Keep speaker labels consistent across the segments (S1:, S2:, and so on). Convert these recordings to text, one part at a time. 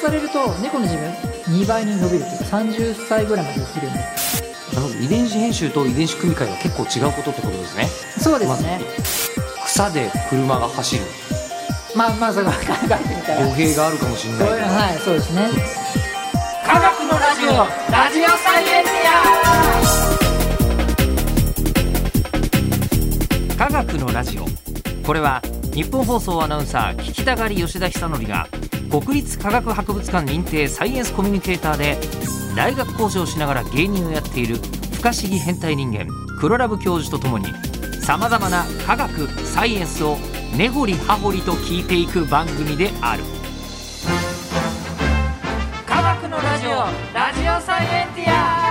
S1: されると猫の寿命2倍に伸びるというか30歳ぐらいまで生きるんで
S2: なるほど遺伝子編集と遺伝子組み換えは結構違うことってことですね
S1: そうですね、
S2: 草で車が走る
S1: まあまあそこは考えてみたら
S2: 語弊があるかもしれない
S1: そういうのはいそうですね
S2: 科学のラジオラジオサイエンティア科学のラジオこれは日本放送アナウンサー聞きたがり吉田久典が国立科学博物館認定サイエンスコミュニケーターで大学講師をしながら芸人をやっている不可思議変態人間黒ラブ教授とともにさまざまな科学サイエンスを根掘り葉掘りと聞いていく番組である科学のラジオラジオサイエンティア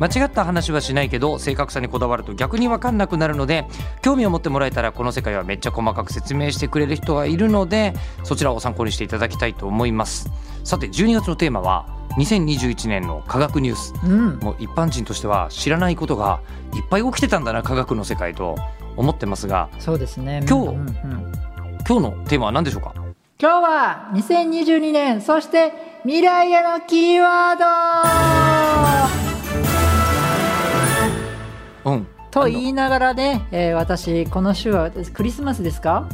S2: 間違った話はしないけど正確さにこだわると逆に分かんなくなるので興味を持ってもらえたらこの世界はめっちゃ細かく説明してくれる人がいるのでそちらを参考にしていただきたいと思いますさて12月のテーマは2021年の科学ニュース
S1: うん
S2: もう一般人としては知らないことがいっぱい起きてたんだな科学の世界と思ってますが
S1: そうですね
S2: 今日
S1: うんうん
S2: 今日のテーマは何でしょうか
S1: 今日は2022年そして未来へのキーワー
S2: うん
S1: ドと言いながらね、えー私この週はクリスマスですか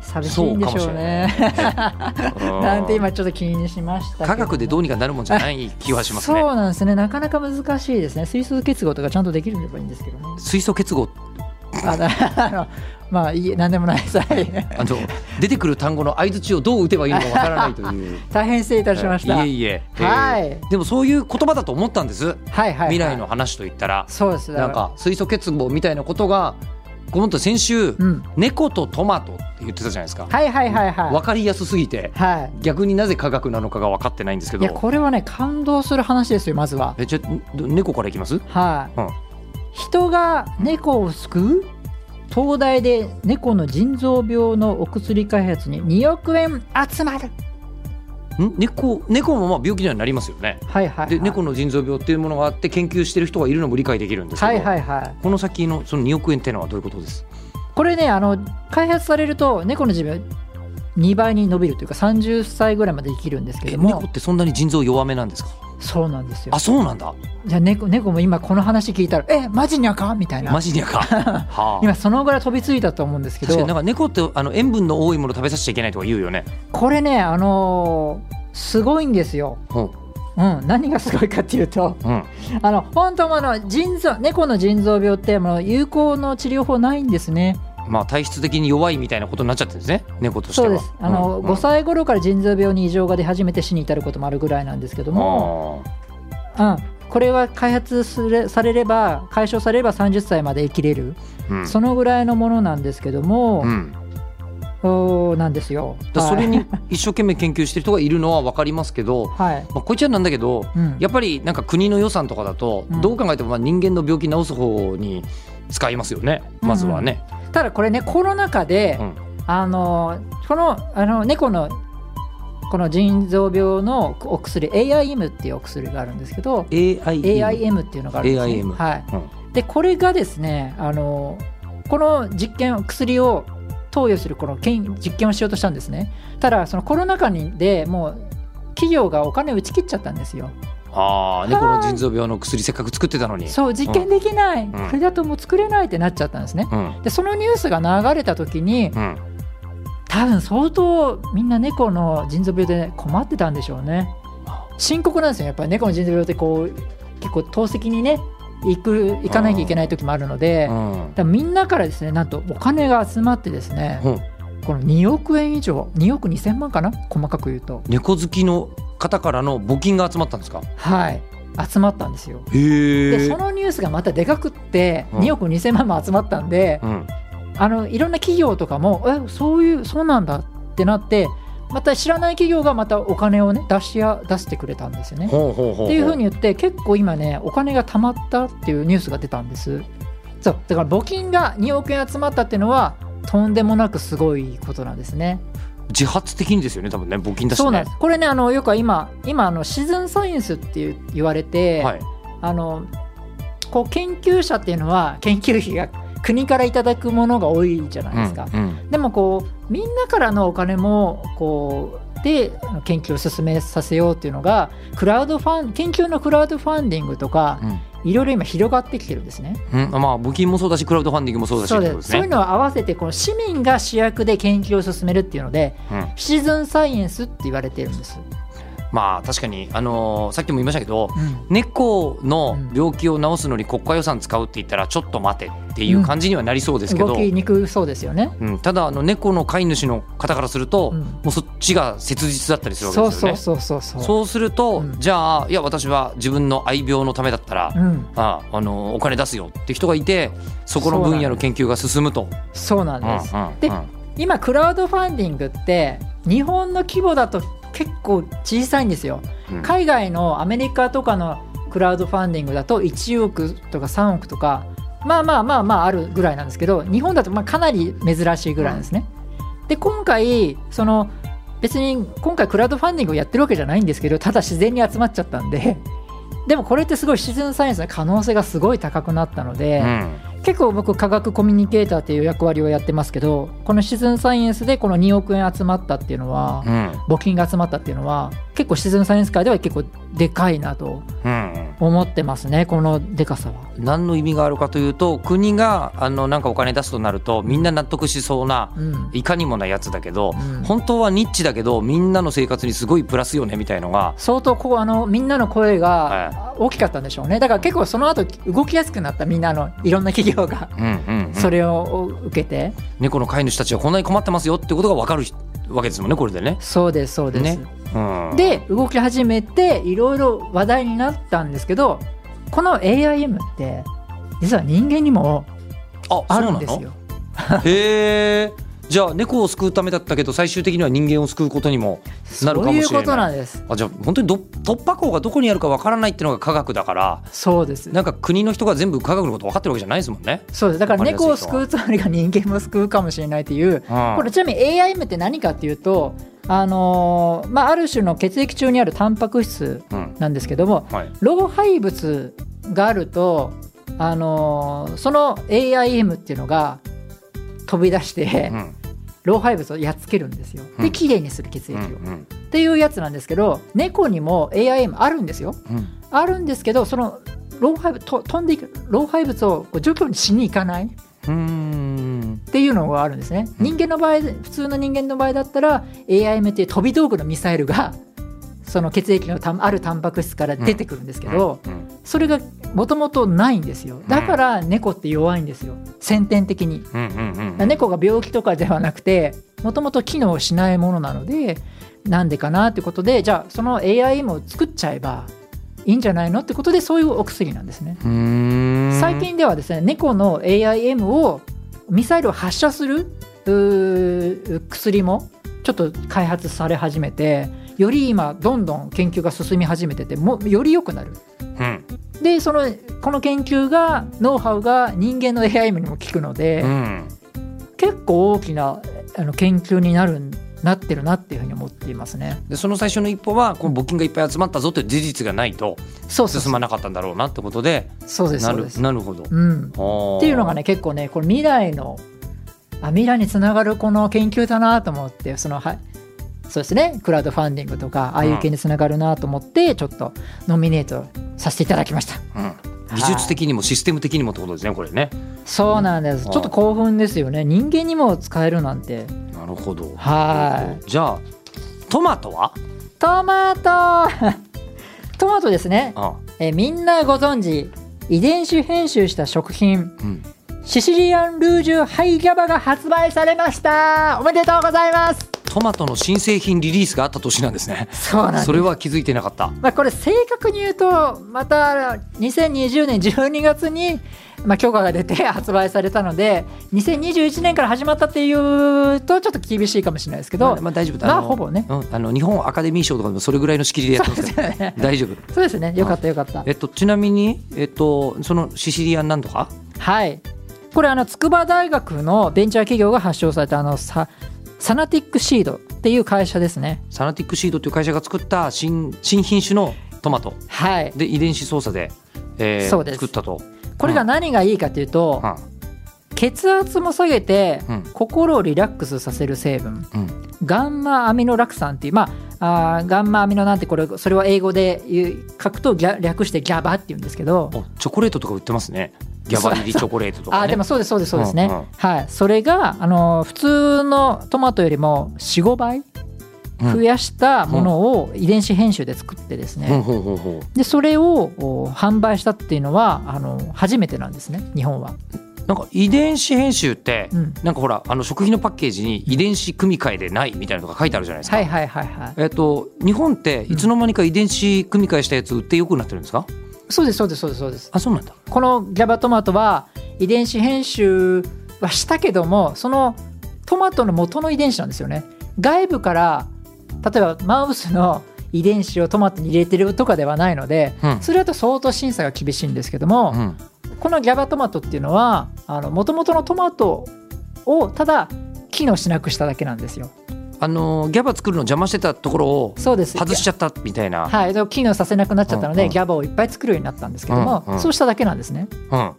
S1: 寂しいんでしょうね なんて今ちょっと気にしましたけど
S2: 科学でどうにかなるもんじゃない気はしますね
S1: そうなんですねなかなか難しいですね水素結合とかちゃんとできればいいんですけどね
S2: 水素結合
S1: あの あのまあいい何でもないです はい
S2: あの出てくる単語の相槌をどう打てばいいのかわからないという
S1: 大変失礼いたしました、
S2: えいえいええー
S1: はい
S2: でもそういう言葉だと思ったんです
S1: はいはいはい
S2: 未来の話といったら
S1: そうです
S2: なんか水素結合みたいなことがごもっと先週
S1: うん
S2: 猫とトマトって言ってたじゃないですか
S1: はいはいはいはい
S2: わかりやすすぎて
S1: は
S2: 逆になぜ科学なのかが分かってないんですけ
S1: いいや
S2: ど
S1: これはね感動する話ですよまずは
S2: えじゃあん猫からいきます
S1: はい、
S2: うん
S1: 人が猫を救う東大で猫の腎臓病のお薬開発に2億円集まる
S2: ん猫猫もまあ病気にはなりますよね
S1: はいはい、はい、
S2: で猫の腎臓病っていうものがあって研究してる人がいるのも理解できるんですけど、
S1: はいはいはい
S2: この先のその2億円っていうのはどういうことです
S1: これねあの開発されると猫の寿命2倍に伸びるというか30歳ぐらいまで生きるんですけ
S2: え
S1: ど
S2: 猫
S1: も
S2: ってそんなに腎臓弱めなんですか
S1: そうなんですよ
S2: あそうなんだ
S1: じゃあ猫猫も今この話聞いたらえマジにあかんみたいな
S2: マジにやか はあ
S1: 今そのぐらい飛びついたと思うんですけ
S2: 確かになん
S1: ど
S2: か猫ってあの塩分の多いもの食べさせちゃいけないとか言うよね、
S1: これねあのーすごいんですよ、
S2: うん
S1: うん、何がすごいかっていうと
S2: うん、
S1: あの本当もあの腎臓猫の腎臓病ってもう有効の治療法ないんですね
S2: まあ体質的に弱いみたいなことになっちゃってるんですね猫とし
S1: そ
S2: ては
S1: うですあの、
S2: うんうん
S1: 5歳頃から腎臓病に異常が出始めて死に至ることもあるぐらいなんですけども
S2: あ
S1: うん、これは開発すれされれば解消されれば30歳まで生きれる、
S2: ーうん
S1: そのぐらいのものなんですけども、
S2: うん
S1: おーなんですよ。
S2: だそ
S1: は
S2: れ
S1: い
S2: に一生懸命研究してる人がいるのは分かりますけど、
S1: はい
S2: まあ、こいつはなんだけど、
S1: うん
S2: やっぱりなんか国の予算とかだと、
S1: うん
S2: どう考えてもまあ人間の病気治す方に使いますよねまずはね。
S1: ただこれねコロナ禍で、
S2: うん
S1: あのこのあの猫のこの腎臓病のお薬 AIM っていうお薬があるんですけど
S2: AIM
S1: AIM っていうのがあるんですね。
S2: AIM
S1: はい
S2: うん
S1: でこれがですねあのこの実験薬を投与するこの研実験をしようとしたんですねただそのコロナ禍にでもう企業がお金打ち切っちゃったんですよ
S2: ああ猫の腎臓病の薬せっかく作ってたのに。
S1: そう実験できない、
S2: ん
S1: これだともう作れないってなっちゃったんですね
S2: うん
S1: でそのニュースが流れた時に
S2: うん、
S1: 多分相当みんな猫の腎臓病で困ってたんでしょうね深刻なんですよやっぱり猫の腎臓病ってこう結構透析にね行く行かなきゃいけない時もあるので、
S2: うん
S1: だからみんなからですねなんとお金が集まってですね
S2: うん
S1: この2億円以上2億2000万かな細かく言うと
S2: 猫好きの方からの募金が集まったんですか
S1: はい集まったんですよ
S2: へ
S1: で
S2: え
S1: そ、のニュースがまたでかくって
S2: うん
S1: 2億2000万も集まったんで
S2: うん、
S1: あのいろんな企業とかもえそういうそうなんだってなってまた知らない企業がまたお金をね出しや出してくれたんですよね
S2: ほうほうほうほう
S1: っていうふうに言って結構今ねお金が貯まったっていうニュースが出たんですそうだから募金が2億円集まったっていうのはとんでもなくすごいことなんですね
S2: 自発的にですよね多分ね募金出してね
S1: そうなんですこれねあのよく今今あのシーズンサイエンスっていう言われて、
S2: はい
S1: あのこう研究者っていうのは研究費が国からいただくものが多いじゃないですか、
S2: うんうん
S1: でもこうみんなからのお金もこうであの研究を進めさせようっていうのがクラウドファン研究のクラウドファンディングとか
S2: うん
S1: いろいろ今広がってきてるんですね。
S2: うん、まあ募金もそうだしクラウドファンディングもそうだし
S1: そう
S2: って
S1: で
S2: こ
S1: す
S2: とです
S1: そういう
S2: ね。
S1: のを合わせてこの市民が主役で研究を進めるっていうので
S2: うん
S1: シチズンサイエンスって言われてるんです。
S2: まあ確かにあのーさっきも言いましたけど。
S1: うん
S2: 猫の病気を治すのに国家予算使うって言ったらちょっと待てっていう感じにはなりそうですけど、
S1: 動きにくそうですよね。
S2: うん、ただあの猫の飼い主の方からすると、
S1: うん
S2: もうそっちが切実だったりするわけ
S1: そう
S2: です
S1: そ
S2: よね。
S1: うそ
S2: そう
S1: うそうそう。
S2: すると、
S1: うん
S2: じゃあいや私は自分の愛病のためだったら、
S1: うん、
S2: ああのお金出すよって人がいてそこの分野の研究が進むと。
S1: そうなん
S2: うんうん
S1: です。
S2: うん
S1: で今クラウドファンディングって日本の規模だと結構小さいんですよ。
S2: うん
S1: 海外のアメリカとかのクラウドファンディングだと1億とか3億とかまあまあまあまああるぐらいなんですけど日本だとまあかなり珍しいぐらいなんですね。で今回その別に今回クラウドファンディングをやってるわけじゃないんですけどただ自然に集まっちゃったんででもこれってすごいシチズンサイエンスの可能性がすごい高くなったので。
S2: うん
S1: 結構僕科学コミュニケーターっていう役割をやってますけどこのシズンサイエンスでこの2億円集まったっていうのは
S2: うん
S1: 募金が集まったっていうのは結構シズンサイエンス界では結構でかいなと
S2: うん
S1: 思ってますねこのでかさは。
S2: 何の意味があるかというと国があのなんかお金出すとなるとみんな納得しそうな
S1: うん
S2: いかにもなやつだけど、
S1: うん
S2: 本当はニッチだけどみんなの生活にすごいプラスよねみたいのが
S1: 相当こうあのみんなの声
S2: は
S1: が大きかったんでしょうねだから結構その後動きやすくなったみんなのいろんな企業が
S2: うんうんうん
S1: それを受けて
S2: 猫の飼い主たちがこんなに困ってますよってことが分かるわけですもんねこれでね。
S1: そうですそうです、
S2: ねうん、
S1: で動き始めていろいろ話題になったんですけどこの AIM って実は人間にも
S2: あ
S1: あ
S2: そう
S1: る
S2: なん
S1: です
S2: の
S1: よ。
S2: へえじゃあ猫を救うためだったけど最終的には人間を救うことにもなるかもしれない
S1: そういうことなんです。
S2: あじゃあ本当にど突破口がどこにあるかわからないっていうのが科学だから
S1: そうです。
S2: なんか国の人が全部科学のこと分かってるわけじゃないですもんね。
S1: そうです。だから
S2: わかりやすい
S1: 猫を救うつもりが人間も救うかもしれないという。
S2: うん
S1: これちなみに AIM って何かっていうと、あのーまあある種の血液中にあるタンパク質
S2: うん
S1: なんですけども、
S2: はい
S1: 老廃物があると、あのーその AIM っていうのが飛び出して、
S2: うん
S1: 老廃物をやっつけるんですよ。
S2: う
S1: で
S2: ん
S1: きれいにする血液
S2: う
S1: を、
S2: ん
S1: っていうやつなんですけど猫にも AIM あるんですよ。
S2: うんうん
S1: あるんですけどその老廃物と飛んでいく老廃物をこう除去にしに行かないっ
S2: うん
S1: ていうのがあるんですね。
S2: うん
S1: 人間の場合普通の人間の場合だったら AIM っていう飛び道具のミサイルが その血液のたんあるタンパク質から出てくるんですけど、
S2: うん
S1: それがもともとないんですよ。だから猫って弱いんですよ先天的に。
S2: うんうんうんうん
S1: 猫が病気とかではなくてもともと機能しないものなのでなんでかなってことでじゃあその AI も作っちゃえばいいんじゃないのってことでそういうお薬なんですね
S2: うーん
S1: 最近ではですね猫の AIM をミサイルを発射するうー薬もちょっと開発され始めてより今どんどん研究が進み始めててもより良くなる
S2: うん
S1: でそのこの研究がノウハウが人間の AIM にも効くので、
S2: うん
S1: 結構大きなあの研究になるなってるなっていうふうに思っていますね。
S2: でその最初の一歩はこの募金がいっぱい集まったぞという事実がないと
S1: そうそう
S2: 進
S1: そう
S2: まなかったんだろうなってことで
S1: そうです
S2: な
S1: そう
S2: る
S1: です。
S2: なるほど。
S1: うん、っ
S2: って
S1: いうのがね結構ねこれ未来のあ未来につながるこの研究だなと思ってそのはそうですねクラウドファンディングとかああいう系につながるなと思ってちょっとノミネートさせていただきました。
S2: うん、技術的にもシステム的にもってことですねこれね。
S1: そうなんです。
S2: うん
S1: ちょっと興奮ですよね。人間にも使えるなんて。
S2: なるほど。
S1: は。
S2: じゃあトマトはい
S1: ト マトトマトですね。
S2: あ、
S1: えーみんなご存知遺伝子編集した食品
S2: うん、
S1: シシリアンルージュハイギャバが発売されましたおめでとうございます
S2: トマトの新製品リリースがあった年なんですね。
S1: そうなんです
S2: それは気づいてなかった。
S1: まあ、これ正確に言うとまた2020年12月にまあ許可が出て 発売されたので2021年から始まったっていうとちょっと厳しいかもしれないですけど
S2: まあ、まあ大丈夫だ。
S1: まあ
S2: の
S1: ほぼね
S2: うん、あの日本アカデミー賞とかでもそれぐらいの仕切りでやってますから、大丈夫。
S1: そうですねよかったよかった
S2: えっとちなみにえっとそのシシリアンなんとか。
S1: はいこれあの筑波大学のベンチャー企業が発祥されたあのササナティックシードっていう会社ですね
S2: サナティックシードという会社が作った新新品種のトマト
S1: はい
S2: で遺伝子操作で,、えー
S1: そうです
S2: 作ったと。
S1: これが何がいいかというと、
S2: は
S1: 血圧も下げて
S2: うん
S1: 心をリラックスさせる成分
S2: うん
S1: ガンマアミノラク酸っていうまああーガンマアミノなんてこれそれは英語で言う書くとギャ略して GABA って言うんですけど
S2: おチョコレートとか売ってますねギャバ入りチョコレートと
S1: あ
S2: か、
S1: ー
S2: ね、
S1: でもそうですそうですそうですね、
S2: うんうん
S1: はいそれがあのー普通のトマトよりも45倍
S2: うん
S1: 増やしたものを遺伝子編集で作ってですね、
S2: うんほうほうほ
S1: でそれをお販売したっていうのはあの初めてなんですね日本は、
S2: うなんか遺伝子編集って、
S1: うん、
S2: なんかほらあの食品のパッケージに遺伝子組み換えでないみたいなのとか書いてあるじゃないですか、
S1: はいはいはいはい
S2: えっと日本っていつの間にか遺伝子組み換えしたやつ売ってよくなってるんですか、
S1: そうですそうですそうですそうです
S2: あそうなんだ
S1: このギャバトマトは遺伝子編集はしたけどもそのトマトの元の遺伝子なんですよね外部から例えばマウスの遺伝子をトマトに入れてるとかではないので
S2: うん
S1: それだと相当審査が厳しいんですけども、
S2: うん
S1: このギャバトマトっていうのはあの元々のトマトをただ機能しなくしただけなんですよ
S2: あのギャバ作るの邪魔してたところを
S1: そうです
S2: 外しちゃったみたいな、
S1: はい、でも機能させなくなっちゃったので、
S2: うんうん
S1: ギャバをいっぱい作るようになったんですけども、
S2: うんうん
S1: そうしただけなんですね。
S2: うん、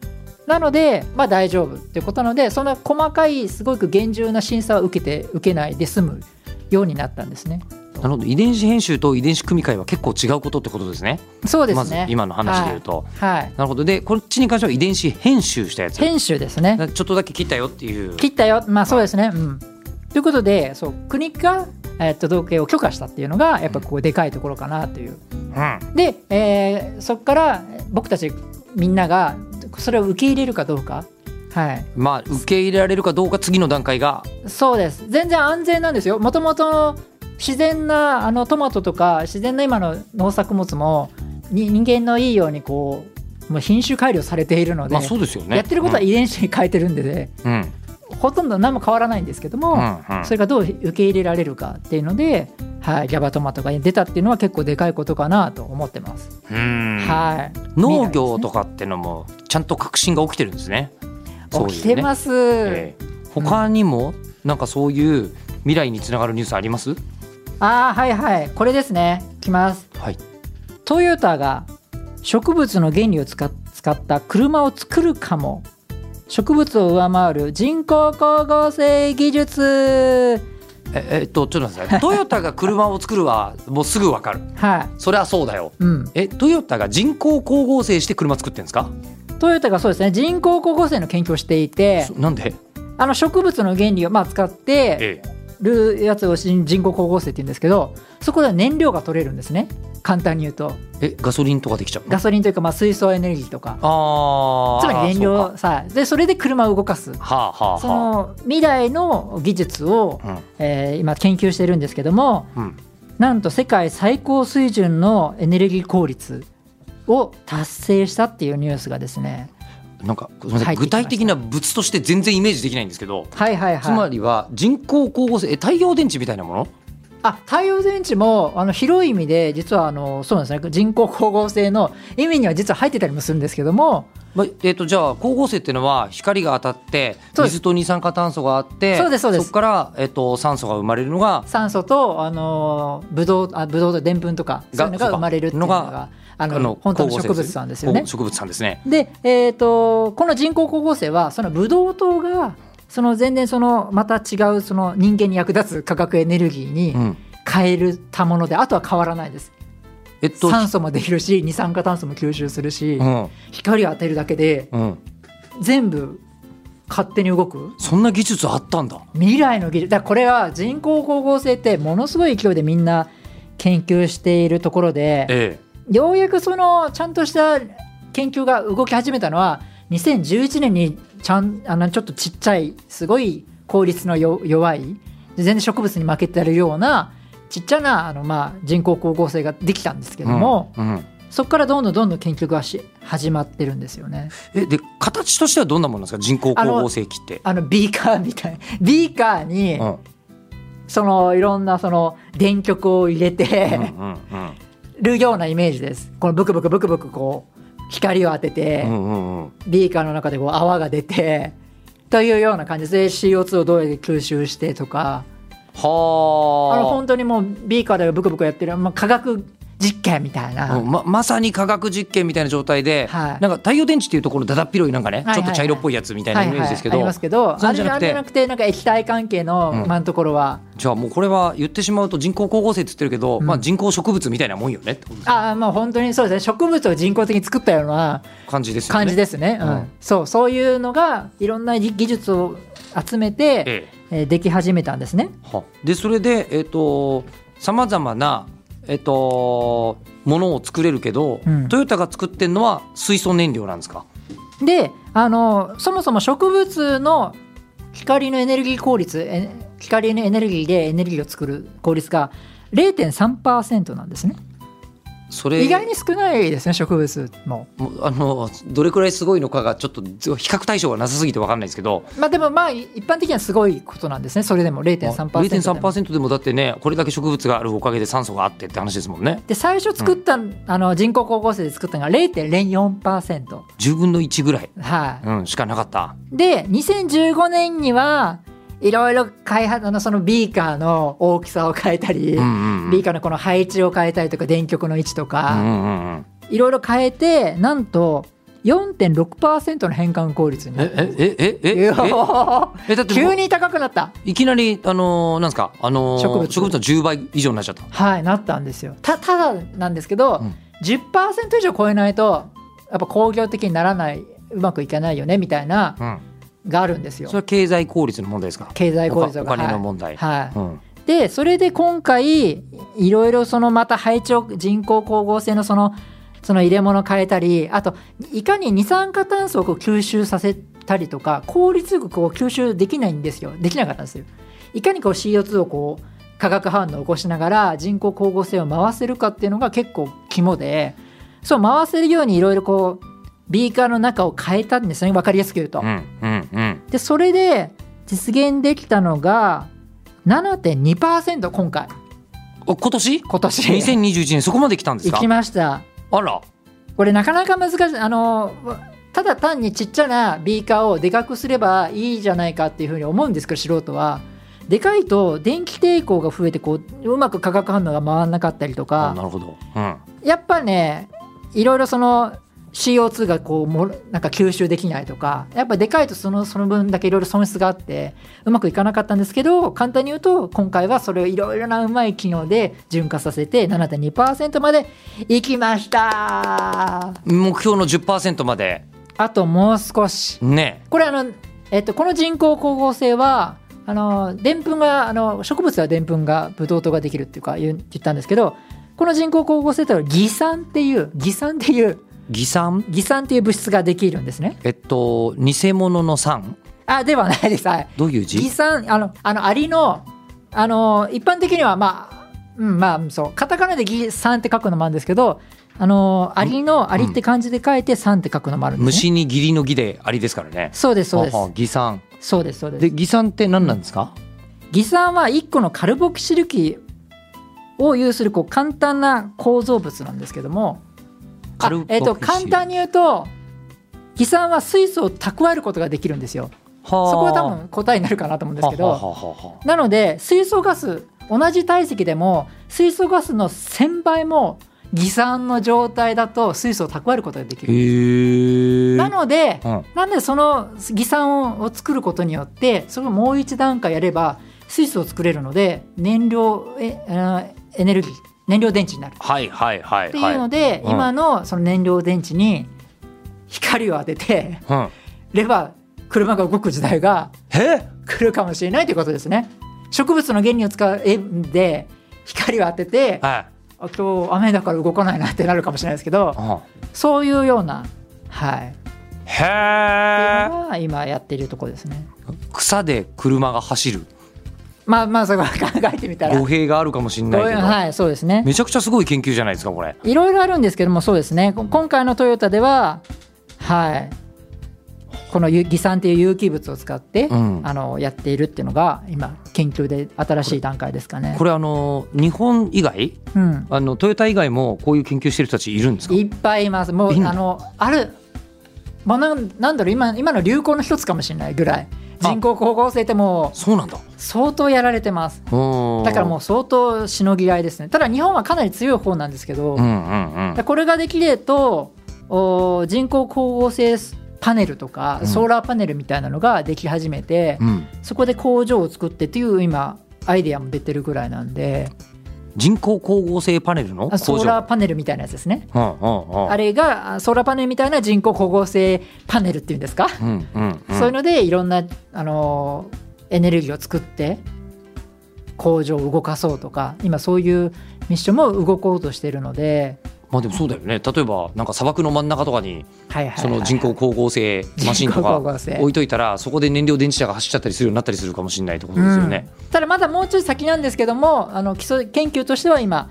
S1: なので、まあ、大丈夫っていうことなのでそんな細かいすごく厳重な審査は受けて受けないで済むようになったんですね。
S2: なるほど遺伝子編集と遺伝子組み換えは結構違うことってことですね
S1: そうで
S2: ますず
S1: ね、
S2: 今の話で言うと、
S1: はい、
S2: なるほどでこっちに関しては遺伝子編集したやつ
S1: 編集ですね
S2: だちょっとだけ切ったよっていう
S1: 切ったよまあそうですね。うん、ということでそう国が、えっと同型を許可したっていうのがやっぱこうでかいところかなという。
S2: うん
S1: で、えーそこから僕たちみんながそれを受け入れるかどうか。はい、
S2: まあ受け入れられるかどうか次の段階が
S1: そうです全然安全なんですよもともとの自然なあのトマトとか自然な今の農作物もに人間のいいようにこうもう品種改良されているので、
S2: まあそうですよね
S1: やってることは遺伝子に変えてるんで、ね
S2: うんうん
S1: ほとんど何も変わらないんですけども、
S2: うんうん
S1: それがどう受け入れられるかっていうので、はい、ギャバトマトが出たっていうのは結構でかいことかなと思ってます。
S2: うん
S1: はい
S2: 農業とかってのもちゃんと革新が起きてるんですね。そういうね
S1: 起きてます、
S2: ええ他にもなんかそういう未来につながるニュースあります？
S1: ああはいはいこれですねきます
S2: はい。
S1: トヨタが植物の原理を使っ使った車を作るかも植物を上回る人工光合成技術
S2: ええっとちょっと待って ください。トヨタが車を作るはもうすぐわかる。
S1: はい、
S2: それはそうだよ。
S1: うん、
S2: えトヨタが人工光合成して車作ってんですか？
S1: トヨタがそうですね人工光合成の研究をしていて
S2: そなんで？
S1: あの植物の原理をまあ使って
S2: ええ
S1: るやつを人人工光合成って言うんですけどそこでは燃料が取れるんですね簡単に言うと
S2: えガソリンとかできちゃうの？
S1: ガソリンというかまあ水素エネルギーとか
S2: ああ。
S1: つまり燃
S2: そうか
S1: 料さでそれで車を動かす
S2: はあはあ
S1: そ
S2: は
S1: の未来の技術を
S2: あ。
S1: えー今研究してるんですけども
S2: うんうん。
S1: なんと世界最高水準のエネルギー効率を達成したっていうニュースがですね
S2: なんかごめんなさ
S1: 入
S2: い
S1: ってき
S2: 具
S1: ました
S2: 体的な物として全然イメージできないんですけど。
S1: はいはいはい
S2: つまりは人工光合成え太陽電池みたいなもの
S1: あ太陽電池もあの広い意味で実はあのそうなんですね人工光合成の意味には実は入ってたりもするんですけども
S2: まえー、とじゃあ光合成っていうのは光が当たって
S1: そうです
S2: 水と二酸化炭素があって
S1: そうですそうです
S2: こから、えー、と酸素が生まれるのが
S1: 酸素とあのブドウあブドウとでんぷんとかそういうのが生まれるっていうの
S2: そう
S1: が
S2: か
S1: あの本当の植物なんですよね
S2: 光。合成植物さんですね。
S1: で、えー、とこの人工光合成はそのブドウ糖がその全然そのまた違うその人間に役立つ化学エネルギーに
S2: うん
S1: 変えるたもので、あとは変わらないです
S2: えっと
S1: 酸素もできるし二酸化炭素も吸収するし、
S2: うん
S1: 光を当てるだけで
S2: うん、
S1: 全部勝手に動く
S2: そんな技術あったんだ。
S1: 未来の技術だからこれは人工光合成ってものすごい勢いでみんな研究しているところで
S2: え
S1: ようやくそのちゃんとした研究が動き始めたのは2011年にちゃんあのちょっとちっちゃいすごい効率のよ弱い全然植物に負けてるようなちっちゃなあの、まあ、人工光合成ができたんですけ
S2: え
S1: ども、
S2: うんうん
S1: そこからどんどんどんどん研究がし始まってるんですよね。
S2: えで形としてはどんなものなんですか人工光合成器って。
S1: あのビーカーみたいビーカーに
S2: うん
S1: そのいろんなその電極を入れ
S2: うんう
S1: て、
S2: ん
S1: るようなイメージです。このブクブクブクブクこう光を当てて、
S2: うんうんうんうん
S1: ビーカーの中でこう泡が出てというような感じで CO2 をどうやって吸収してとかあの
S2: は
S1: 本当にもうビーカーでブクブクやってる、まあ、化学実験みたいな、
S2: うんままさに科学実験みたいな状態っで、
S1: はい
S2: なんか太陽電池っていうところだだっ広いなんかね、
S1: はい
S2: ちょっと茶色っぽいやつみたいなイメージですけど、
S1: はいはいありますけど
S2: そ
S1: あ
S2: う
S1: れ
S2: じゃ
S1: じ
S2: な
S1: ゃ
S2: くて
S1: なくてなんか液体関係の
S2: うん
S1: 今のところは、
S2: じゃあもうこれは言ってしまうと人工光合成って言ってるけど、
S1: うん
S2: まあ人工植物みたいなもんよねってこと
S1: ああまあ本当にそうですね植物を人工的に作ったような
S2: 感じですよね。
S1: 感じですね、
S2: う
S1: うんんそうそういうのがいろんな技技術を集めて、
S2: ええ
S1: えーでき始めたんですね
S2: はでそれでえっ、とさまざまなえっ、とものを作れるけど、
S1: うん
S2: トヨタが作ってるのは水素燃料なんですか。
S1: であのそもそも植物の光のエネルギー効率え光のエネルギーでエネルギーを作る効率が0.3%なんですね、
S2: それ
S1: 意外に少ないですね植物も
S2: もうあのどれくらいすごいのかがちょっと比較対象がなさすぎてわかんないですけど、
S1: まあでもまあい一般的にはすごいことなんですねそれでも0.3%でも
S2: 0.3%でもだってねこれだけ植物があるおかげで酸素があってって話ですもんね。
S1: で最初作った、あの人工光合成で作ったのが0.04%
S2: 10分の1ぐらい、
S1: はい、
S2: うん、しかなかった。
S1: で2015年にはいろいろ開発あのそのビーカーの大きさを変えたり、
S2: うんうんうん
S1: ビーカーのこの配置を変えたりとか電極の位置と
S2: うん
S1: か、
S2: うんうん
S1: いろいろ変えてなんと4.6%の変換効率に
S2: えええええ
S1: い
S2: え
S1: やー
S2: えだってもう
S1: 急に高くなった
S2: いきなりあのーなんですかあのー
S1: 植物
S2: の10倍以上になっちゃった。
S1: はいなったんですよたただなんですけど、
S2: うん
S1: 10%以上超えないとやっぱ工業的にならないうまくいかないよねみたいな
S2: うん、
S1: があるんですよ
S2: それは経済効率の問題ですか。
S1: 経済効率
S2: お
S1: とか
S2: 金お金の問題。
S1: はい、はい
S2: うん
S1: でそれで今回いろいろそのまた配置を人工光合成のそのその入れ物変えたりあといかに二酸化炭素をこう吸収させたりとか効率よくこう吸収できないんですよできなかったんですよいかにこう CO2 をこう化学反応を起こしながら人工光合成を回せるかっていうのが結構肝でそう回せるようにいろいろこうビーカーの中を変えたんですね分かりやすく言うと
S2: う。んうんうん。
S1: でそれで実現できたのが7.2%今回
S2: お今年？
S1: 今年
S2: 2021年そこまで来たんです
S1: 行
S2: か
S1: き。ました
S2: あら。
S1: これなかなか難しいあのただ単にちっちゃなビーカーをでかくすればいいじゃないかっていうふうに思うんですけど素人はでかいと電気抵抗が増えてこううまく化学反応が回らなかったりと
S2: あ
S1: か
S2: なるほど。うん。
S1: やっぱねいろいろその CO2 がこうもろなんか吸収できないとかやっぱでかいとそのその分だけいろいろ損失があってうまくいかなかったんですけど簡単に言うと今回はそれをいろいろなうまい機能で潤化させて7.2%までいきました
S2: 目標の10%まで
S1: あともう少し
S2: ね。
S1: これあの、えっと、この人工光合成はあのでんぷんがあの植物はでんぷんがブドウ糖ができるっていうか言う言ったんですけどこの人工光合成ってのは偽酸っていう偽酸っていう
S2: 偽酸
S1: 偽酸っていう物質ができるんですね。
S2: えっと偽物の酸
S1: あではないです。はい、
S2: どういう字？
S1: 偽酸あのあのアリのあの一般的にはまあうんまあそうカタカナで偽酸って書くのもあるんですけどあのアリのアリって漢字で書いて酸って書くのもあるんです、ね。
S2: 虫に義理の義でありですからね。
S1: そうですそうです
S2: はは偽酸。
S1: そうですそうです
S2: で。偽酸って何なんですか？
S1: 偽酸は1個のカルボキシル基を有するこう簡単な構造物なんですけどもあ
S2: カルボキシ
S1: えっと簡単に言うと偽酸は水素を蓄えることができるんですよ
S2: はあ
S1: そこは多分答えになるかなと思うんですけ
S2: はは
S1: ど
S2: ははは
S1: なので水素ガス同じ体積でも水素ガスの1000倍も偽酸の状態だと水素を蓄えることができ
S2: へ
S1: る
S2: え。
S1: なので
S2: うん
S1: なんでその偽酸を作ることによってそれをもう一段階やれば水素を作れるので燃料えあーエネルギー燃料電池になるっ
S2: はいはいはい
S1: ていう
S2: は
S1: の
S2: い。
S1: で、
S2: うん
S1: 今のその燃料電池に光を当てて
S2: うん。
S1: れば車が動く時代が
S2: え？
S1: 来るかもしれないということですね植物の原理を使う絵で光を当ててあ
S2: は
S1: 今日雨だから動かないなってなるかもしれないですけど
S2: い。うん
S1: そういうようなはいっていう
S2: へえ。
S1: のが今やっているところですね。
S2: 草で車が走る
S1: まあまあそこは考えてみたら。
S2: 語弊があるかもしれないけど、
S1: はい、そうですね。
S2: めちゃくちゃすごい研究じゃないですかこれ。
S1: いろいろあるんですけども、そうですね。こ今回のトヨタでは、はい、この有偽酸っていう有機物を使って、
S2: うん
S1: あのやっているっていうのが今研究で新しい段階ですかね
S2: こ。れあの日本以外
S1: うん、
S2: あのトヨタ以外もこういう研究してる人たちいるんですか
S1: いっぱいいます。もう
S2: いいの
S1: あのある、まあなんなんだろう今今の流行の一つかもしれないぐらい人工光合成ってもう
S2: そうなんだ
S1: 相当やられてますだ
S2: だ
S1: からもう相当しのぎ合いですねただ日本はかなり強い方なんですけど、
S2: うんうんうん
S1: でこれができるとお人工光合成パネルとか
S2: うん
S1: ソーラーパネルみたいなのができ始めて、
S2: うん
S1: そこで工場を作ってっていう今アイデアも出てるぐらいなんで
S2: 人工光合成パネルの
S1: あ
S2: 工場
S1: ソーラーパネルみたいなやつですね
S2: うんうんうん
S1: あれがあソーラーパネルみたいな人工光合成パネルっていうんですか、
S2: うんうんうん
S1: そういうのでいろんな、あのーエネルギーを作って工場を動かそうとか今そういうミッションも動こうとしてるので、
S2: まあでもそうだよね例えばなんか砂漠の真ん中とかに
S1: はいはいはい
S2: その人工光合成マシンと
S1: 人工
S2: か
S1: 光合成
S2: 置いといたらそこで燃料電池車が走っちゃったりするようになったりするかもしれないってことですよね。
S1: うんただまだもうちょい先なんですけどもあの基礎研究としては今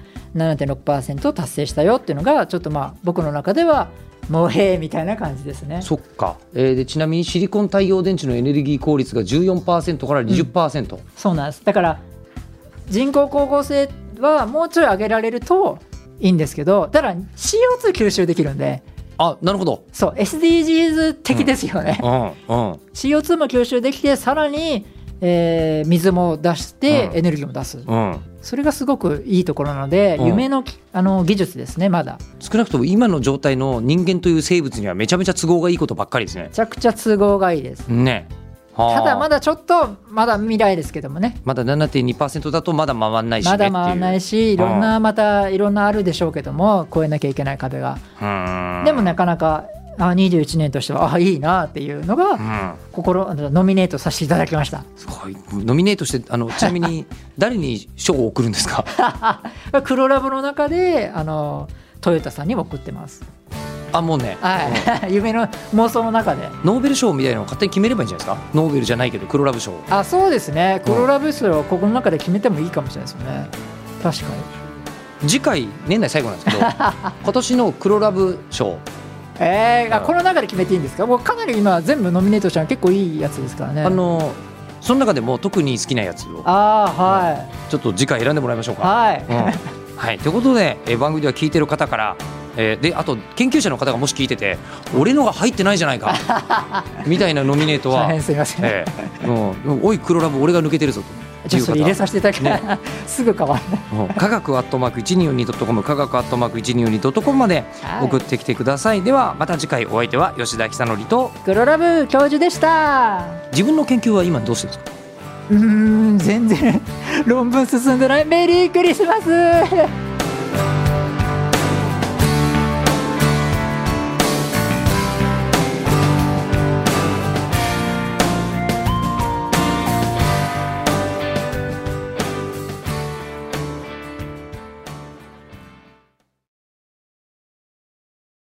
S1: 7.6%を達成したよっていうのがちょっとまあ僕の中ではもうへえみたいな感じですね。
S2: そっか、えーでちなみにシリコン太陽電池のエネルギー効率が14%から20%、
S1: そうなんですだから人工光合成はもうちょい上げられるといいんですけどただ CO2 吸収できるんで
S2: あなるほど、
S1: そう SDGs 的ですよね、
S2: うんうん、
S1: CO2 も吸収できてさらに、えー水も出して、
S2: うん
S1: エネルギーも出す
S2: うん、
S1: それがすごくいいところなので、
S2: うん
S1: 夢のきあの技術ですねまだ
S2: 少なくとも今の状態の人間という生物にはめちゃめちゃ都合がいいことばっかりですね
S1: め。ちゃくちゃ都合がいいです
S2: ね
S1: ただま
S2: だ
S1: だちょっとまだ未来ですけどもね
S2: まだ7.2%だとまだ回んないしね
S1: ま
S2: って
S1: だ
S2: いう
S1: 回らないしいろんなまたいろんなあるでしょうけども越えなきゃいけない壁が
S2: うん
S1: でもなかなかあ21年としてはあいいなっていうの
S2: う
S1: が
S2: ん
S1: 心あのノミネートさせていただきました
S2: すごいノミネートしてあのちな みに誰に賞を送るんですか
S1: 黒ラブの中であのトヨタさんにも送ってます
S2: あもうね、
S1: はい 夢の妄想の中で
S2: うんノーベル賞みたいなのを勝手に決めればいいんじゃないですかノーベルじゃないけど黒ラブ賞
S1: あそうですね黒ラブ賞をここの中で決めてもいいかもしれないですよね確かに
S2: 次回年内最後な んですけど今年の黒ラブ賞
S1: えー、あ
S2: うん
S1: この中で決めていいんですかもうかなり今全部ノミネートしたの結構いいやつですからね
S2: あのその中でも特に好きなやつを
S1: あーはい
S2: ちょっと次回選んでもらいましょうか。
S1: はい、
S2: うんはい、ということで、えー番組では聞いてる方から、えーであと研究者の方がもし聞いてて俺のが入ってないじゃないか みたいなノミネート
S1: 大
S2: は
S1: 変すみません、
S2: ええうん、おい黒ラブ俺が抜けてるぞと
S1: じ
S2: い
S1: ゃあ
S2: う
S1: それ入れ
S2: 方
S1: させていただき、た すぐ変わる
S2: うん科学アットマーク 1242.com 科学アットマーク 1242.com まで
S1: はい
S2: 送ってきてください、ではまた次回お相手は吉田久典と
S1: 黒ラブ教授でした
S2: 自分の研究は今どうしてるんですか
S1: うーん全然論文進んでないメリークリスマス